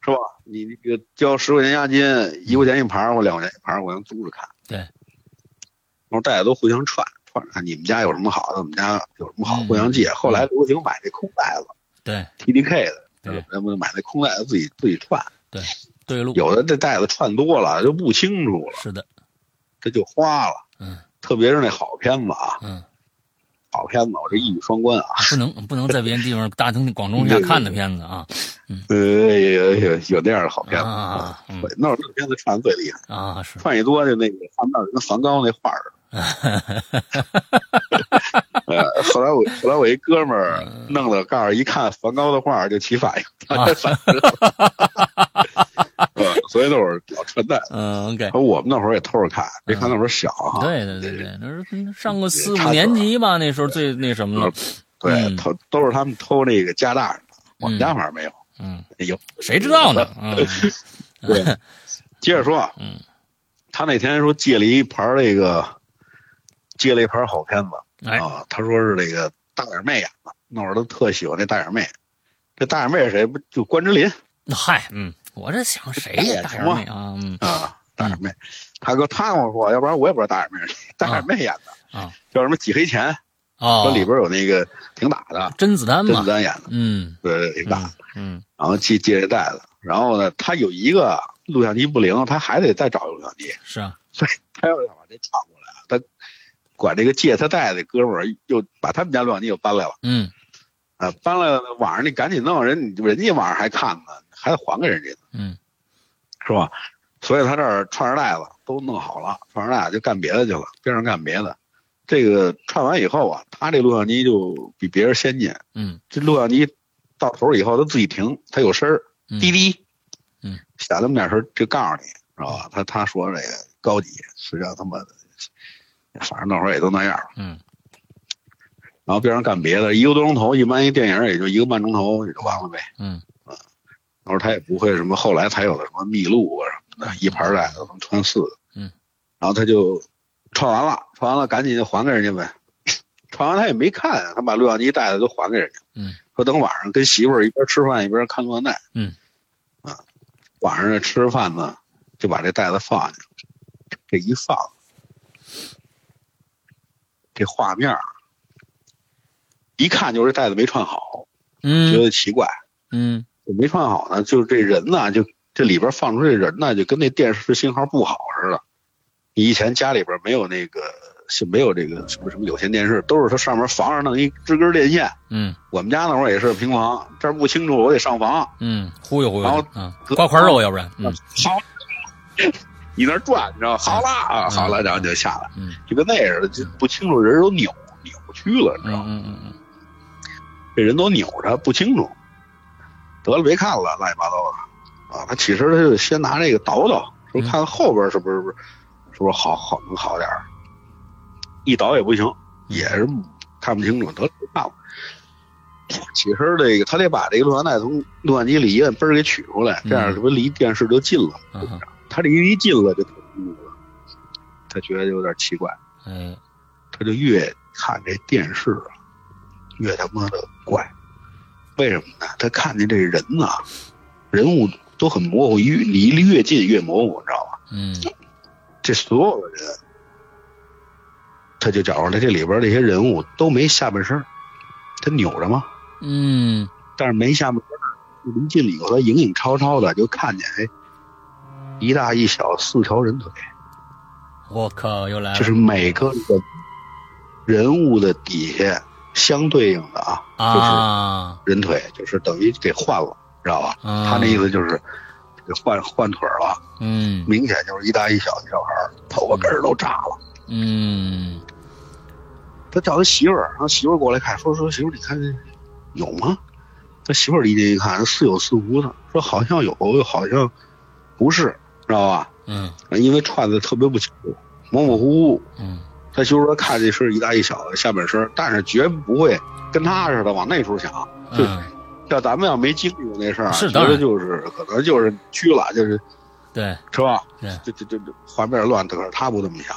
是吧？你那个交十块钱押金，一块钱一盘儿或两块钱一盘儿，我能租着看。对然后大家都互相串串着看，你们家有什么好的，我们家有什么好，嗯互相借。后来流行买那空袋子对 TDK 的，对咱们买那空袋子自己自己串，对路有的这袋子串多了就不清楚了，是的，这就花了。嗯特别是那好片子啊，嗯，好片子，我这一语双关啊。不能不能在别的地方大庭广众下看的片子啊呃，有有有那样的好片子，啊嗯那会儿那片子串得最厉害，啊是，串一多就那个画面跟梵高那画 儿似的。呃，后来我后来我一哥们儿弄的，告诉一看梵高的画儿就起反应，啊 他反正呃所以那会儿老穿戴。嗯，OK，我们那会儿也偷着看，别看那会儿小哈。对对对对，那时候上个四差五点年儿级吧，那时候最那什么了，对，嗯偷都是他们偷那个家大人的，我们嗯家反正没有。嗯，有，谁知道呢？ 嗯 对，接着说，啊嗯，他那天说借了一盘那个，借了一盘好片子哎啊，他说是那个大眼妹演的，那会儿他特喜欢这大眼妹，这大眼妹是谁？不就关之琳嗨，嗯，我这想谁哎呀，大眼妹啊，嗯啊？大眼妹，他跟他跟我说，要不然我也不知道大眼妹是谁，大眼妹演的啊，叫什么几黑钱，哦说，里边有那个挺打的，甄子丹甄嘛子，丹演的，嗯对对，对挺打的嗯嗯，然后借借这袋子，然后呢，他有一个录像机不灵，他还得再找录像机，是啊，他要想把这抢过来，啊他管这个借他袋子的哥们儿又把他们家录像机又搬来了嗯啊，搬来了晚上你赶紧弄，人人家晚上还看呢，还得还给人家呢，嗯是吧？所以他这儿串着袋子都弄好了，串着袋子就干别的去了，边上干别的。这个串完以后啊，他这录像机就比别人先进，嗯这录像机到头儿以后，它自己停，它有声儿，嗯滴滴，嗯，响那么点声儿就告诉你，知道吧？他他说这个高级，实际上他妈的，反正那会儿也都那样儿。嗯然后边上干别的，一个多钟头，一般一电影也就一个半钟头也就完了呗。啊嗯然后他也不会什么后来才有的什么秘录啊什么的，一盘儿来的能穿四个。嗯，然后他就串完了，串完了赶紧就还给人家呗。 串完他也没看，他把录像机带的都还给人家。嗯，说等晚上跟媳妇儿一边吃饭一边看录像带。嗯，啊，晚上吃着饭呢，就把这袋子放下去，这一放，这画面儿一看就是这袋子没串好，觉嗯得奇怪。嗯我没串好呢，就是这人呐，就这里边放出这人呐，就跟那电视信号不好似的。你以前家里边没有那个，是没有这个什么什么有线电视，都是它上面房上弄一支根电线。嗯我们家那会儿也是平房，这儿不清楚，我得上房，嗯，忽悠忽悠然后你，嗯，刮块肉，要不然，嗯 好，你那儿转，你知道吗？好了啊，好了，然后就下来，嗯就跟那似的，就不清楚，人都扭扭曲了，你知道吗？嗯嗯这人都扭着，不清楚。得了，别看了，乱七八糟的啊！他起身他就先拿这个倒倒，说嗯看后边是不是不是是不是好好能好点儿。一倒也不嗯行，也是看不清楚，得了，别看了。起身这个，他得把这个录像带从录像机里一摁，嘣儿给取出来，这样嗯这不离电视就近了。嗯嗯，他这一近了就特清楚了，他觉得有点奇怪，哎，他就越看这电视啊，越他妈的怪。为什么呢？他看见这人呐、人物都很模糊，越离离越近越模糊，你知道吧？嗯这所有的人，他就觉着这里边这些人物都没下半身儿，他扭着吗？嗯但是没下半身儿，就离近了以后，他影影绰绰的就看见，哎，一大一小四条人腿。我靠，又来了，就是每个人人物的底下相对应的啊，就是啊，人腿，就是等于给换了，知道吧？他他那意思就是给换换腿了，嗯明显就是一大一小的小孩儿，头发根儿都炸了。嗯他叫他媳妇儿，让媳妇儿过来看，说说媳妇儿，你看这有吗？他媳妇儿离近一看，似有似无的，说好像有，又好像不是，知道吧？嗯因为串的特别不清楚，模模糊糊。嗯他就是说看这是一大一小的下半身，但是绝不会跟他似的往那处想。嗯，要咱们要没经历过那事儿啊，是觉当得然就是可能就是拘了，就是对，是吧对？这这这这画面乱，可是他不这么想，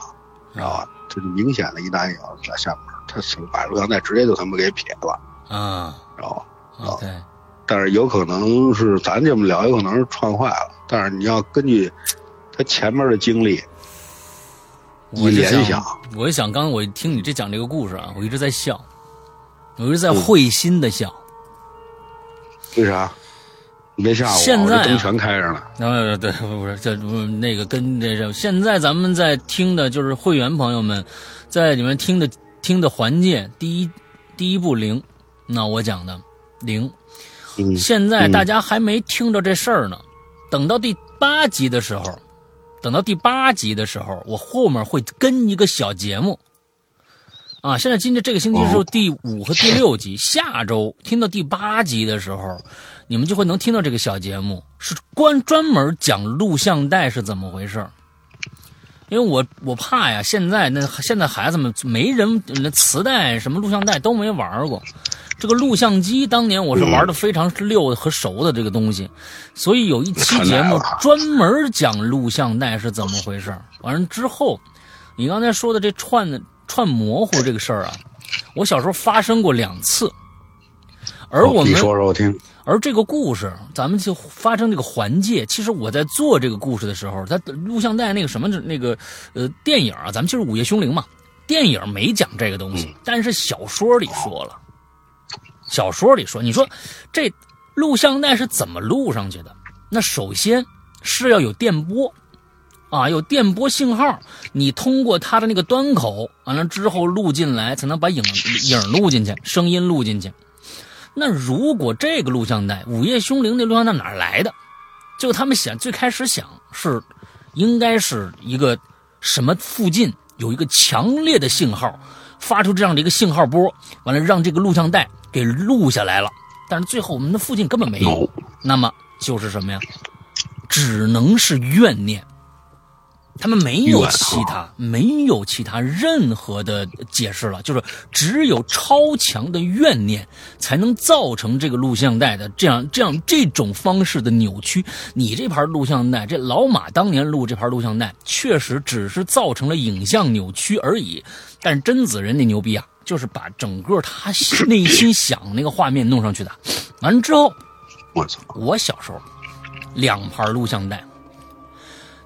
知道吧？这就明显的一大一小在下面，他是把录像带直接就他妈给撇了，啊知道吧？ ，OK，但是有可能是咱这么聊，有可能是串坏了。但是你要根据他前面的经历，我就一联想，我就想，刚刚我听你这讲这个故事啊，我一直在笑，我一直在会心的笑。为啥？你别吓我，现在啊我这灯全开着呢。然后啊对，不是这不是那个跟这这，现在咱们在听的就是会员朋友们，在你们听的听的环节，第一第一步零，那我讲的零，嗯现在嗯大家还没听着这事儿呢，等到第八集的时候，等到第八集的时候，我后面会跟一个小节目。啊，现在今天这个星期是哦第五和第六集，下周听到第八集的时候，你们就会能听到这个小节目，是关专门讲录像带是怎么回事儿。因为我我怕呀，现在那现在孩子们没人那磁带什么录像带都没玩过，这个录像机当年我是玩的非常溜的和熟的这个东西，所以有一期节目专门讲录像带是怎么回事儿。完了之后，你刚才说的这串串模糊这个事儿啊，我小时候发生过两次，而我们你哦说说我听。而这个故事，咱们就发生这个环节。其实我在做这个故事的时候，它录像带那个什么那个呃电影啊，咱们就是《午夜凶铃》嘛，电影没讲这个东西，但是小说里说了。小说里说，你说这录像带是怎么录上去的？那首先是要有电波。啊，有电波信号，你通过它的那个端口，完了之后录进来，才能把影影录进去，声音录进去。那如果这个录像带《午夜凶铃》那录像带哪儿来的？就他们想最开始想是，应该是一个什么附近有一个强烈的信号，发出这样的一个信号波，完了让这个录像带给录下来了。但是最后我们的附近根本没有，有那么就是什么呀？只能是怨念。他们没有怨其他，没有其他任何的解释了，就是只有超强的怨念才能造成这个录像带的这样这样这种方式的扭曲。你这盘录像带，这老马当年录这盘录像带，确实只是造成了影像扭曲而已。但是贞子人那牛逼啊，就是把整个他内心想那个画面弄上去的。完了之后，我操，我小时候两盘录像带，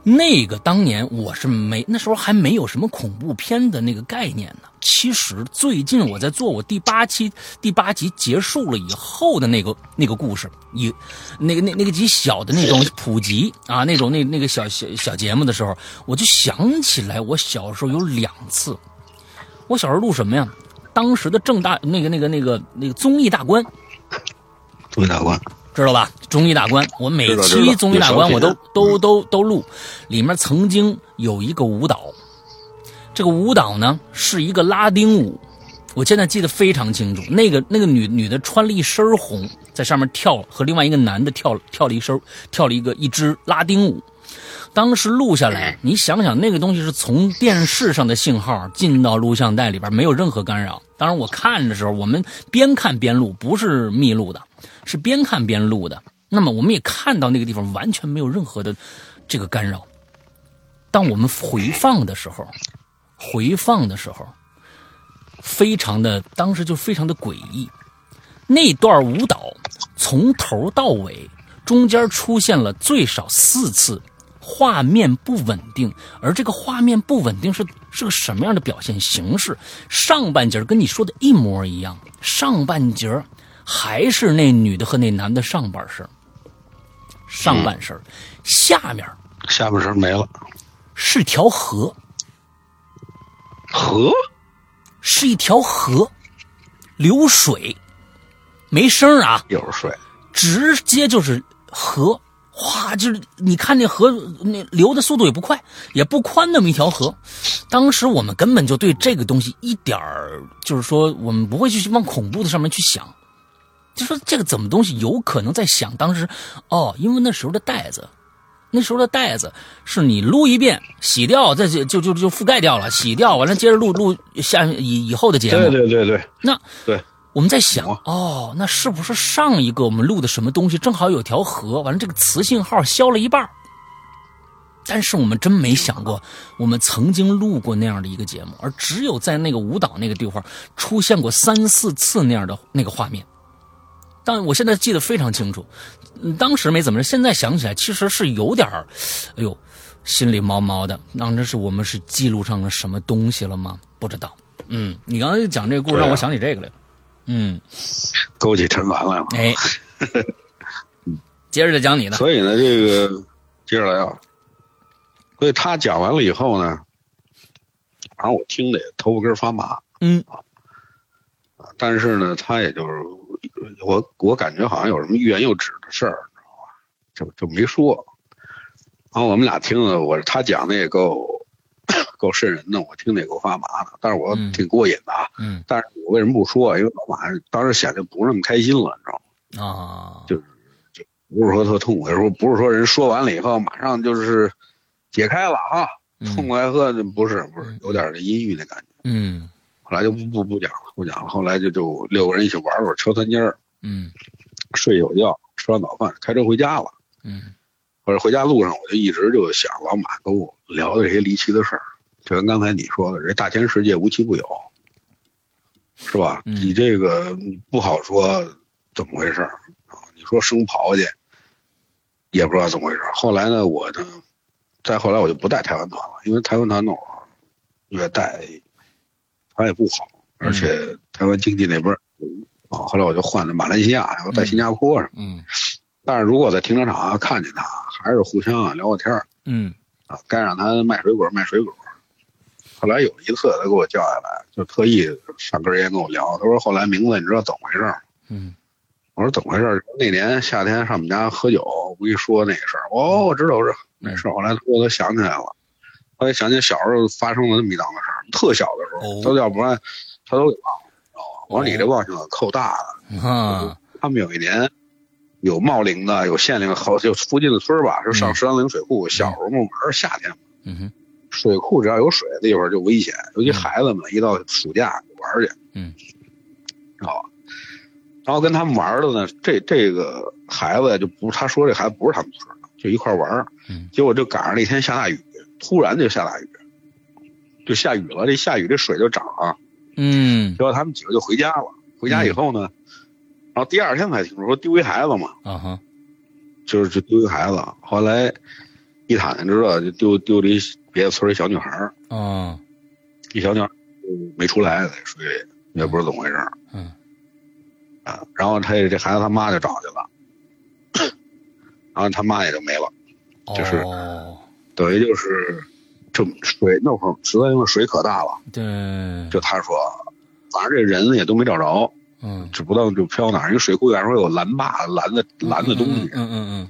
那个当年我是没那时候还没有什么恐怖片的那个概念呢。其实最近我在做我第八期第八集结束了以后的那个那个故事，也那个那那个集小的那种普及啊，那种那那个小小小节目的时候，我就想起来我小时候有两次，我小时候录什么呀？当时的正大那个那个那个那个综艺大观，朱大官，知道吧？综艺大观，我每知道知期道综艺大观有我小品都都都都录，里面曾经有一个舞蹈，这个舞蹈呢是一个拉丁舞，我现在记得非常清楚。那个那个女女的穿了一身红，在上面跳了，和另外一个男的跳了跳了一身跳了一个一支拉丁舞。当时录下来，你想想那个东西是从电视上的信号进到录像带里边，没有任何干扰。当然，我看的时候，我们边看边录，不是密录的，是边看边录的。那么我们也看到那个地方完全没有任何的这个干扰。当我们回放的时候，回放的时候，非常的，当时就非常的诡异。那段舞蹈从头到尾，中间出现了最少四次画面不稳定，而这个画面不稳定是是个什么样的表现形式？上半截儿跟你说的一模一样，上半截儿还是那女的和那男的上半身儿，上半身儿，下面儿下半身没了。是条河，河是一条河，流水，没声儿啊，又是水，直接就是河，哗，就是你看那河那流的速度也不快，也不宽，那么一条河。当时我们根本就对这个东西一点儿，就是说我们不会去往恐怖的上面去想，就说这个怎么东西有可能在想当时，哦，因为那时候的袋子。那时候的袋子是你撸一遍洗掉，再就就就就覆盖掉了，洗掉完了接着录录下以以后的节目。对对对对那对，我们在想懂啊，哦，那是不是上一个我们录的什么东西正好有条河，完了这个磁信号消了一半儿但是我们真没想过，我们曾经录过那样的一个节目，而只有在那个舞蹈那个地方出现过三四次那样的那个画面。但我现在记得非常清楚，嗯当时没怎么着，现在想起来其实是有点儿，哎呦，心里毛毛的。当时是我们是记录上了什么东西了吗？不知道。嗯，你刚才讲这个故事，对啊让我想起这个来了。嗯，勾起尘烦来了。 哎，接着再讲你的。所以呢，这个接着来啊。所以他讲完了以后呢，反正我听的也头发根儿发麻。嗯但是呢，他也就是我我感觉好像有什么欲言又止的事儿，你知道吧？就就没说。然后我们俩听的，我他讲的也够 够瘆人的，我听的也够发麻的，但是我嗯挺过瘾的啊。嗯但是我为什么不说啊？因为老马当时显得不那么开心了，你知道吗？嗯啊，就不是说特痛快，说不是说人说完了以后马上就是解开了啊，痛快喝不是不是，有点这阴郁的感觉。嗯后来就不不不讲了，不讲了。后来就就六个人一起玩会儿敲三尖儿，嗯睡一宿觉，吃完早饭开车回家了。嗯或者回家路上，我就一直就想老马跟我聊的这些离奇的事儿，就跟刚才你说的，这大千世界无奇不有，是吧？嗯你这个不好说怎么回事儿啊？你说生刨去，也不知道怎么回事儿。后来呢，我呢，再后来我就不带台湾团了，因为台湾团那会儿越带，它也不好，而且台湾经济那边儿啊，后来我就换了马来西亚，然后在新加坡什么的嗯但是如果在停车场啊看见他，还是互相啊聊个天儿嗯啊，该让他卖水果卖水果。后来有一次他给我叫下来，就特意上根烟跟我聊，他说后来名字你知道怎么回事儿吗？嗯我说怎么回事儿？那年夏天上我们家喝酒，我跟你说那个事儿。哦，我知道，我知道那事儿。后来他说他想起来了，后来想起小时候发生了那么一档子事儿，特小的时哦候，都要不然他都给忘了，你知道吗？我说你这忘性够大的。啊他们有一年有茂陵的，有县陵，好就附近的村儿吧，是上嗯石安陵水库。小时候嘛，玩夏天嘛，嗯哼水库只要有水的地方就危险，尤其嗯孩子们一到暑假就玩去，嗯，知道吧？然后跟他们玩的呢，这这个孩子就不，他说这孩子不是他们村儿的，就一块玩儿嗯结果就赶上那天下大雨，突然就下大雨，就下雨了。这下雨这水就涨啊，嗯结果他们几个就回家了。回家以后呢，然后第二天才听说丢一孩子嘛，啊哈就是就丢一孩子，后来一打听知道，就丢丢了一别的村儿一小女孩儿，啊一小女孩儿就没出来，在水里也不知道怎么回事儿嗯啊。然后他这孩子他妈就找去了，然后他妈也就没了，哦等于就是这么水那会儿实在因为水可大了，对就他说，反正这人也都没找着，嗯只不道就飘哪儿，因为水库远处有蓝坝、蓝的蓝的东西，嗯嗯嗯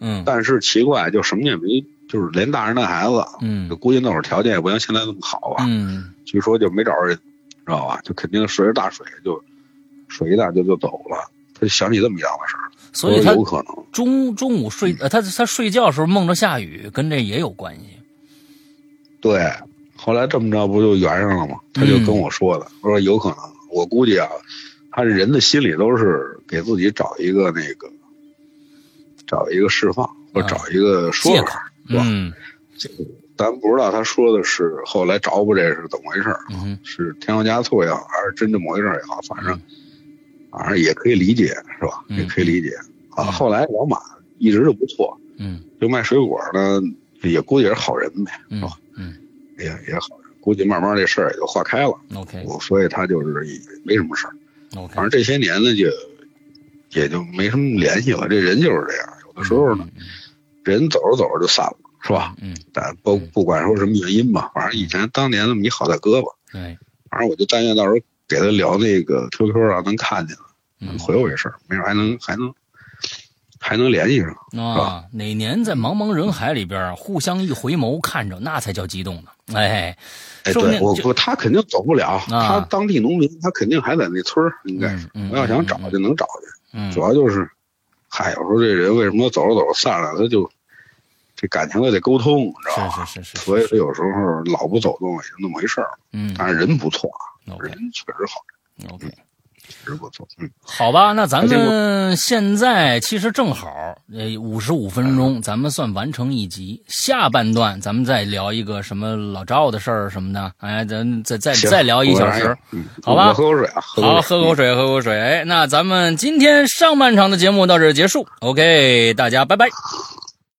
嗯但是奇怪，就什么也没，就是连大人带孩子。嗯就估计那会儿条件也不像现在那么好吧，嗯据说就没找着人，知道吧？就肯定随着大水就水一大就就走了。他就想起这么一样的事儿，所以我说他有嗯可能中中午睡呃他他睡觉的时候梦着下雨跟这也有关系对。后来这么着不就圆上了吗？他就嗯跟我说的，我说有可能，我估计啊，他人的心里都是给自己找一个那个，找一个释放，或者啊找一个说法，是吧？嗯咱不知道他说的是后来着不这是怎么回事儿，嗯哼是添油加醋也好，还是真这么回事儿也好，反正反正也可以理解，是吧？嗯也可以理解啊。嗯后来老马一直就不错，嗯就卖水果呢，也估计也是好人呗，嗯嗯也也好人，估计慢慢这事儿也就化开了， OK 我所以他就是也没什么事儿。 OK 反正这些年呢，就也就没什么联系了。这人就是这样，有的时候呢，人走着走着就散了，是吧？嗯但不不管说什么原因吧，反正以前当年那么一好大哥吧。对反正我就但愿到时候给他聊那个 QQ 啊，能看见，嗯能回我一声，没准还能还能还能联系上。啊，哪年在茫茫人海里边，互相一回眸，看着那才叫激动呢。哎，哎，说不对定我就啊我他肯定走不了，他当地农民，他肯定还在那村儿，应该是。嗯嗯我要想找嗯嗯就能找嗯去，主要就是，嗨，有时候这人为什么走着走着散了，他就这感情他得沟通，你知道吧？是是是所是以是，说有时候老不走动也就那么回事儿，嗯但是人不错啊， ，OK 人确实好，嗯 OK，哎确实不错。嗯，好吧，那咱们现在其实正好，呃，五十五分钟，咱们算完成一集。下半段咱们再聊一个什么老赵的事儿什么的，哎，咱再再行再聊一小时。，嗯，好吧我喝口水啊，喝口好，喝水口水，喝口水。哎那咱们今天上半场的节目到这儿结束，OK，大家拜拜。